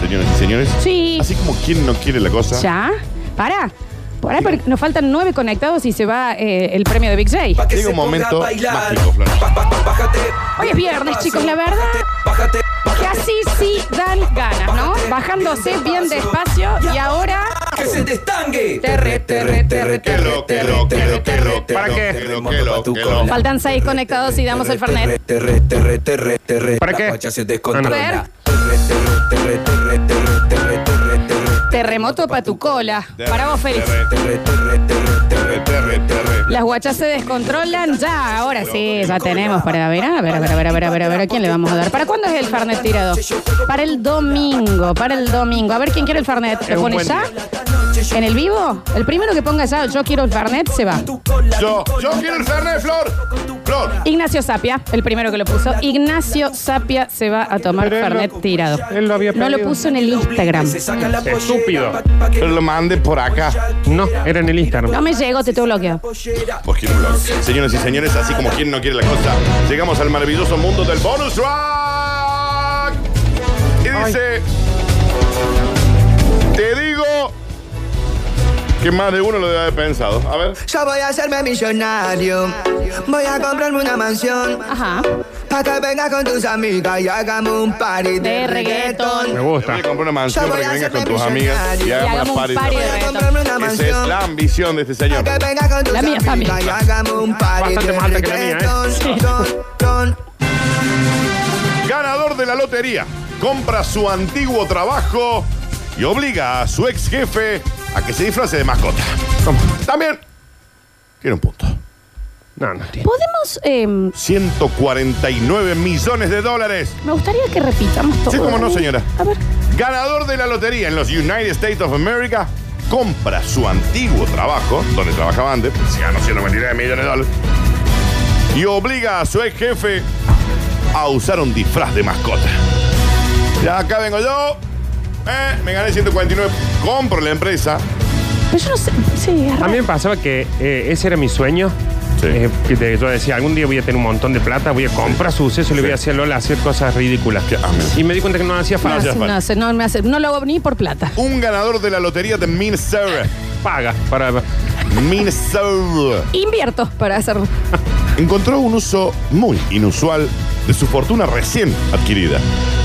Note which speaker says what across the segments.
Speaker 1: señores y señores.
Speaker 2: Sí.
Speaker 1: Así como quien no quiere la cosa.
Speaker 2: ¿Ya? Para. Para, porque nos faltan nueve conectados y se va eh, el premio de Big J.
Speaker 1: Llega un momento mágico, Flor.
Speaker 2: Hoy es viernes, chicos, la verdad. Que así sí dan ganas, ¿no? Bajándose bien despacio y ahora.
Speaker 3: Que se destangue.
Speaker 2: Terre, terre, terre,
Speaker 1: Qué
Speaker 2: terre.
Speaker 1: loco, qué loco, qué loco, qué loco.
Speaker 4: ¿Para qué?
Speaker 1: Qué loco, qué loco, qué loco.
Speaker 2: Faltan seis conectados y damos el Fernet.
Speaker 4: ¿Para qué?
Speaker 2: Fer. Terremoto para tu cola. Para vos, Félix.
Speaker 1: Terre, terre, terre, terre.
Speaker 2: Las guachas se descontrolan ya, ahora sí, ya tenemos para ver, a ver, a ver, a ver, a ver, a ver, a ver, ¿a quién le vamos a dar? ¿Para cuándo es el Fernet tirado? Para el domingo, para el domingo. A ver quién quiere el Fernet. ¿Lo
Speaker 4: un
Speaker 2: pone
Speaker 4: buen
Speaker 2: ya? ¿En el vivo? El primero que ponga ya, yo quiero el Fernet, se va.
Speaker 1: Yo, yo quiero el Fernet, Flor. Flor.
Speaker 2: Ignacio Sapia, el primero que lo puso. Ignacio Sapia se va a tomar
Speaker 4: Pero él lo-
Speaker 2: Fernet tirado.
Speaker 4: él lo había
Speaker 2: No lo
Speaker 4: pedido.
Speaker 2: puso en el Instagram.
Speaker 4: Estúpido.
Speaker 1: Pero lo mande por acá.
Speaker 4: No, era en el Instagram.
Speaker 2: No me llegó, te tengo bloqueado.
Speaker 1: Porque no lo- Señoras y señores, así como quien no quiere la cosa, llegamos al maravilloso mundo del bonus track. Y dice: Te digo que más de uno lo debe haber pensado. A ver.
Speaker 5: Yo voy a hacerme millonario. Voy a comprarme una mansión.
Speaker 2: Ajá.
Speaker 5: Pa' que vengas con tus amigas y hagamos un party de,
Speaker 2: De reggaetón.
Speaker 4: Me
Speaker 5: reggaetón.
Speaker 1: Te
Speaker 4: gusta.
Speaker 1: voy a comprar una mansión
Speaker 5: Ya voy
Speaker 1: para que
Speaker 5: a
Speaker 1: vengas con
Speaker 5: hacerme
Speaker 1: tus amigas y
Speaker 5: millonario.
Speaker 2: Y
Speaker 1: hagamos
Speaker 2: hagamos
Speaker 1: una
Speaker 2: un
Speaker 1: party. de-
Speaker 2: party de
Speaker 5: Voy a
Speaker 2: reggaetón.
Speaker 5: comprarme una
Speaker 1: Esa es
Speaker 5: mansión.
Speaker 1: la ambición de este
Speaker 5: Pa'
Speaker 1: señor.
Speaker 5: que vengas con tus
Speaker 2: La mía
Speaker 5: amigas
Speaker 2: también.
Speaker 5: y hagamos un party
Speaker 4: Bastante
Speaker 5: de
Speaker 4: más alta que la mía, ¿eh?
Speaker 5: reggaetón. Ton, ton.
Speaker 1: Ganador de la lotería compra su antiguo trabajo y obliga a su ex jefe a que se disfrace de mascota. También tiene un punto.
Speaker 4: No, no.
Speaker 2: ¿Podemos...? eh,
Speaker 1: 149 millones de dólares.
Speaker 2: me gustaría que repitamos todo.
Speaker 1: Sí, cómo no, señora.
Speaker 2: A ver.
Speaker 1: Ganador de la lotería en los United States of America compra su antiguo trabajo, donde trabajaba antes, se ganó 129 millones de dólares, y obliga a su ex jefe a usar un disfraz de mascota. Ya acá vengo yo, eh, me gané 149, compro la empresa.
Speaker 2: Pero yo no sé... Sí, es
Speaker 4: A mí me pasaba que eh, ese era mi sueño.
Speaker 1: Sí.
Speaker 4: Eh, que te- yo decía, algún día voy a tener un montón de plata, voy a comprar suceso y le voy a hacer a Lola hacer cosas ridículas.
Speaker 1: Qué amén.
Speaker 4: Y me di cuenta que no hacía
Speaker 2: No,
Speaker 4: falta.
Speaker 2: hace- no, hace- no me hace- no lo hago ni por plata.
Speaker 1: Un ganador de la lotería de Minnesota.
Speaker 4: Paga para.
Speaker 1: Minnesota.
Speaker 2: Invierto para hacerlo.
Speaker 1: encontró un uso muy inusual de su fortuna recién adquirida.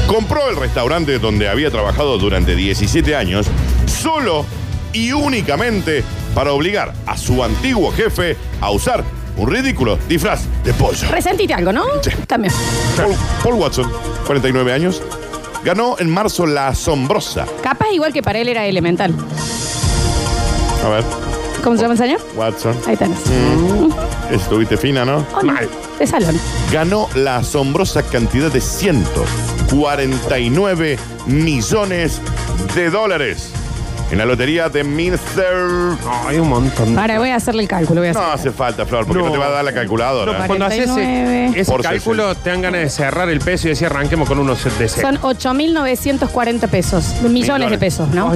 Speaker 1: Compró el restaurante donde había trabajado durante 17 años, solo y únicamente para obligar a su antiguo jefe a usar un ridículo disfraz de pollo.
Speaker 2: Resentite algo, ¿no?
Speaker 1: Sí.
Speaker 2: También.
Speaker 1: Paul, Paul Watson, 49 años, ganó en marzo la asombrosa.
Speaker 2: Capaz igual que para él era elemental.
Speaker 1: A ver,
Speaker 2: ¿Cómo se llama el señor?
Speaker 1: Watson,
Speaker 2: Ahí tenés.
Speaker 1: estuviste fina, ¿no?
Speaker 2: Oh, no.
Speaker 4: Mm, Mal.
Speaker 2: De salón.
Speaker 1: ganó la asombrosa cantidad de 149 millones de dólares en la lotería de Minster.
Speaker 4: No, hay un montón.
Speaker 2: Ahora voy a hacerle el cálculo. Voy a hacer.
Speaker 1: No hace falta, Flor, porque no,
Speaker 4: No.
Speaker 1: te va a dar la calculadora. ¿eh?
Speaker 2: No,
Speaker 4: Cuando haces ese,
Speaker 2: 49.
Speaker 4: ese
Speaker 1: Por
Speaker 4: cálculo, te dan ganas de cerrar el peso y decir, arranquemos con unos de cero.
Speaker 2: Son 8.940 pesos. Millones, de
Speaker 1: Millones.
Speaker 2: pesos, ¿no?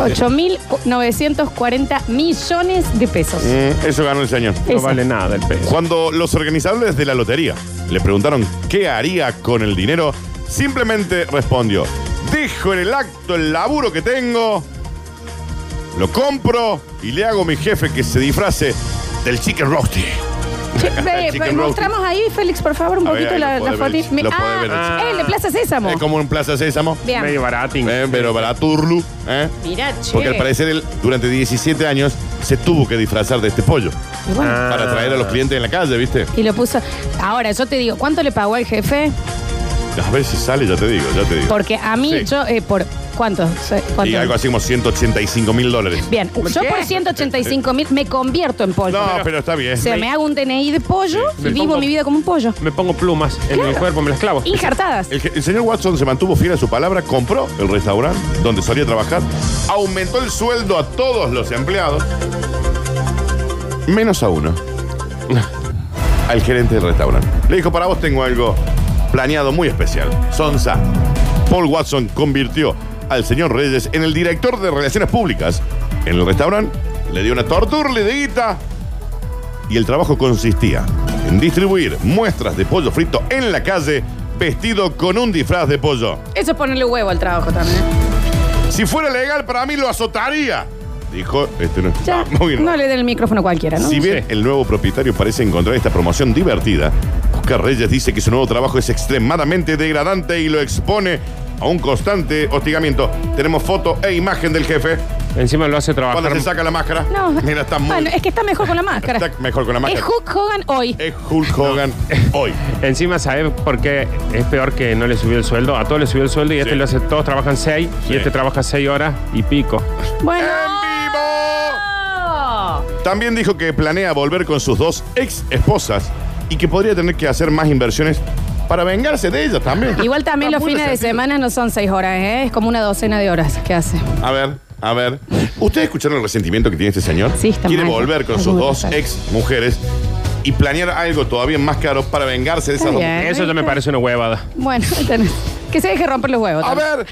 Speaker 2: 8.940 millones de pesos.
Speaker 1: Mm, eso ganó el señor.
Speaker 4: No
Speaker 2: Eso.
Speaker 4: vale nada el peso.
Speaker 1: Cuando los organizadores de la lotería le preguntaron qué haría con el dinero, simplemente respondió, dejo en el acto el laburo que tengo, lo compro y le hago a mi jefe que se disfrace del chicken roasty.
Speaker 2: Che, ve,
Speaker 1: Chicken
Speaker 2: mostramos ahí, Félix, por favor, un
Speaker 1: A ver,
Speaker 2: poquito
Speaker 1: ahí lo
Speaker 2: la,
Speaker 1: podés
Speaker 2: la
Speaker 1: ver,
Speaker 2: fotito. Mi-
Speaker 1: lo podés ver, eh.
Speaker 2: Ah,
Speaker 4: chico.
Speaker 2: el de Plaza Sésamo.
Speaker 1: Es como en Plaza Sésamo.
Speaker 2: Bien.
Speaker 4: Medio baratín.
Speaker 1: Eh, pero para Turlu, ¿eh?
Speaker 2: Mirá, che.
Speaker 1: porque al parecer él durante 17 años se tuvo que disfrazar de este pollo
Speaker 2: Y bueno,
Speaker 4: Ah.
Speaker 1: para atraer a los clientes en la calle, ¿viste?
Speaker 2: Y lo puso. Ahora, yo te digo, ¿cuánto le pagó al jefe?
Speaker 1: A ver si sale, ya te digo, ya te digo.
Speaker 2: Porque a mí,
Speaker 1: Sí.
Speaker 2: yo, eh, por. ¿Cuánto? Se-
Speaker 1: Y
Speaker 2: cuánto?
Speaker 1: algo así como 185 mil dólares.
Speaker 2: Bien, yo por 185 mil me convierto en pollo.
Speaker 1: No, pero está bien.
Speaker 2: o sea, me hago un DNI de pollo
Speaker 4: Sí,
Speaker 2: y
Speaker 4: sí.
Speaker 2: vivo
Speaker 4: Pongo-
Speaker 2: mi vida como un pollo.
Speaker 4: Me pongo plumas en mi cuerpo, me las clavo.
Speaker 2: Injertadas.
Speaker 1: El, je- el señor Watson se mantuvo fiel a su palabra, compró el restaurante donde solía trabajar, aumentó el sueldo a todos los empleados, menos a uno, al gerente del restaurante. Le dijo, para vos tengo algo planeado muy especial. Sonsa, Paul Watson convirtió al señor Reyes en el director de Relaciones Públicas en el restaurante, le dio una torturle de guita y el trabajo consistía en distribuir muestras de pollo frito en la calle vestido con un disfraz de pollo.
Speaker 2: Eso es ponerle huevo al trabajo también. ¿eh?
Speaker 1: Si fuera legal, para mí lo azotaría. Dijo este no.
Speaker 2: Ya,
Speaker 1: Ah, muy bien.
Speaker 2: no le den el micrófono a cualquiera, ¿no?
Speaker 1: Si bien
Speaker 4: Sí.
Speaker 1: el nuevo propietario parece encontrar esta promoción divertida, Oscar Reyes dice que su nuevo trabajo es extremadamente degradante y lo expone a un constante hostigamiento. Tenemos foto e imagen del jefe
Speaker 4: Encima lo hace
Speaker 1: cuando
Speaker 4: trabajar.
Speaker 1: se saca la máscara.
Speaker 2: No.
Speaker 1: Mira, está muy...
Speaker 2: Bueno, es que está mejor con la máscara.
Speaker 1: Está Eh, mejor con la
Speaker 2: Es
Speaker 1: máscara.
Speaker 2: Hulk Hogan hoy.
Speaker 1: Es Hulk Hogan hoy.
Speaker 4: Encima, ¿sabes por qué es peor que no le subió el sueldo? A todos le subió el sueldo y este
Speaker 1: Sí.
Speaker 4: lo hace, todos trabajan seis
Speaker 1: Sí.
Speaker 4: y este trabaja seis horas y pico.
Speaker 2: Bueno.
Speaker 1: ¡En vivo! También dijo que planea volver con sus dos ex esposas y que podría tener que hacer más inversiones para vengarse de ellas también.
Speaker 2: Igual también
Speaker 1: Está
Speaker 2: los
Speaker 1: muy
Speaker 2: fines de
Speaker 1: resentido.
Speaker 2: semana no son seis horas, ¿eh? Es como una docena de horas que hace.
Speaker 1: A ver, a ver. ¿Ustedes escucharon el resentimiento que tiene este señor?
Speaker 2: Sí, está
Speaker 1: Quiere
Speaker 2: mal.
Speaker 1: volver con
Speaker 2: Está
Speaker 1: sus
Speaker 2: muy
Speaker 1: dos
Speaker 2: mal.
Speaker 1: ex mujeres y planear algo todavía más caro para vengarse de
Speaker 2: Está
Speaker 1: esas dos.
Speaker 2: bien.
Speaker 4: Eso ya me parece una huevada.
Speaker 2: Bueno, tenés- que se deje romper los huevos.
Speaker 1: A
Speaker 2: también.
Speaker 1: ver.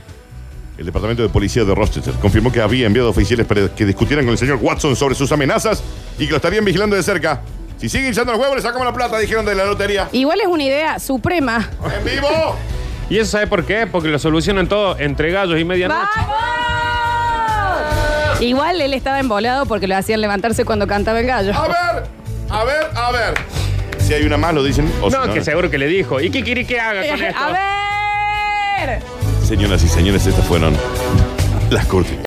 Speaker 1: El departamento de policía de Rochester confirmó que había enviado oficiales para que discutieran con el señor Watson sobre sus amenazas y que lo estarían vigilando de cerca. Si sigue hinchando los huevos, le sacamos la plata, dijeron de la lotería.
Speaker 2: Igual es una idea suprema.
Speaker 1: ¡En vivo!
Speaker 4: ¿Y eso sabe por qué? Porque lo solucionan todo entre gallos y medianoche.
Speaker 2: ¡Vamos! Igual él estaba embolado porque lo hacían levantarse cuando cantaba el gallo.
Speaker 1: A ver, a ver, a ver. Si hay una más, lo dicen. o si
Speaker 4: No, que seguro que le dijo. ¿Y qué quiere que haga con esto?
Speaker 2: A ver.
Speaker 1: Señoras y señores, estas fueron las cortinas.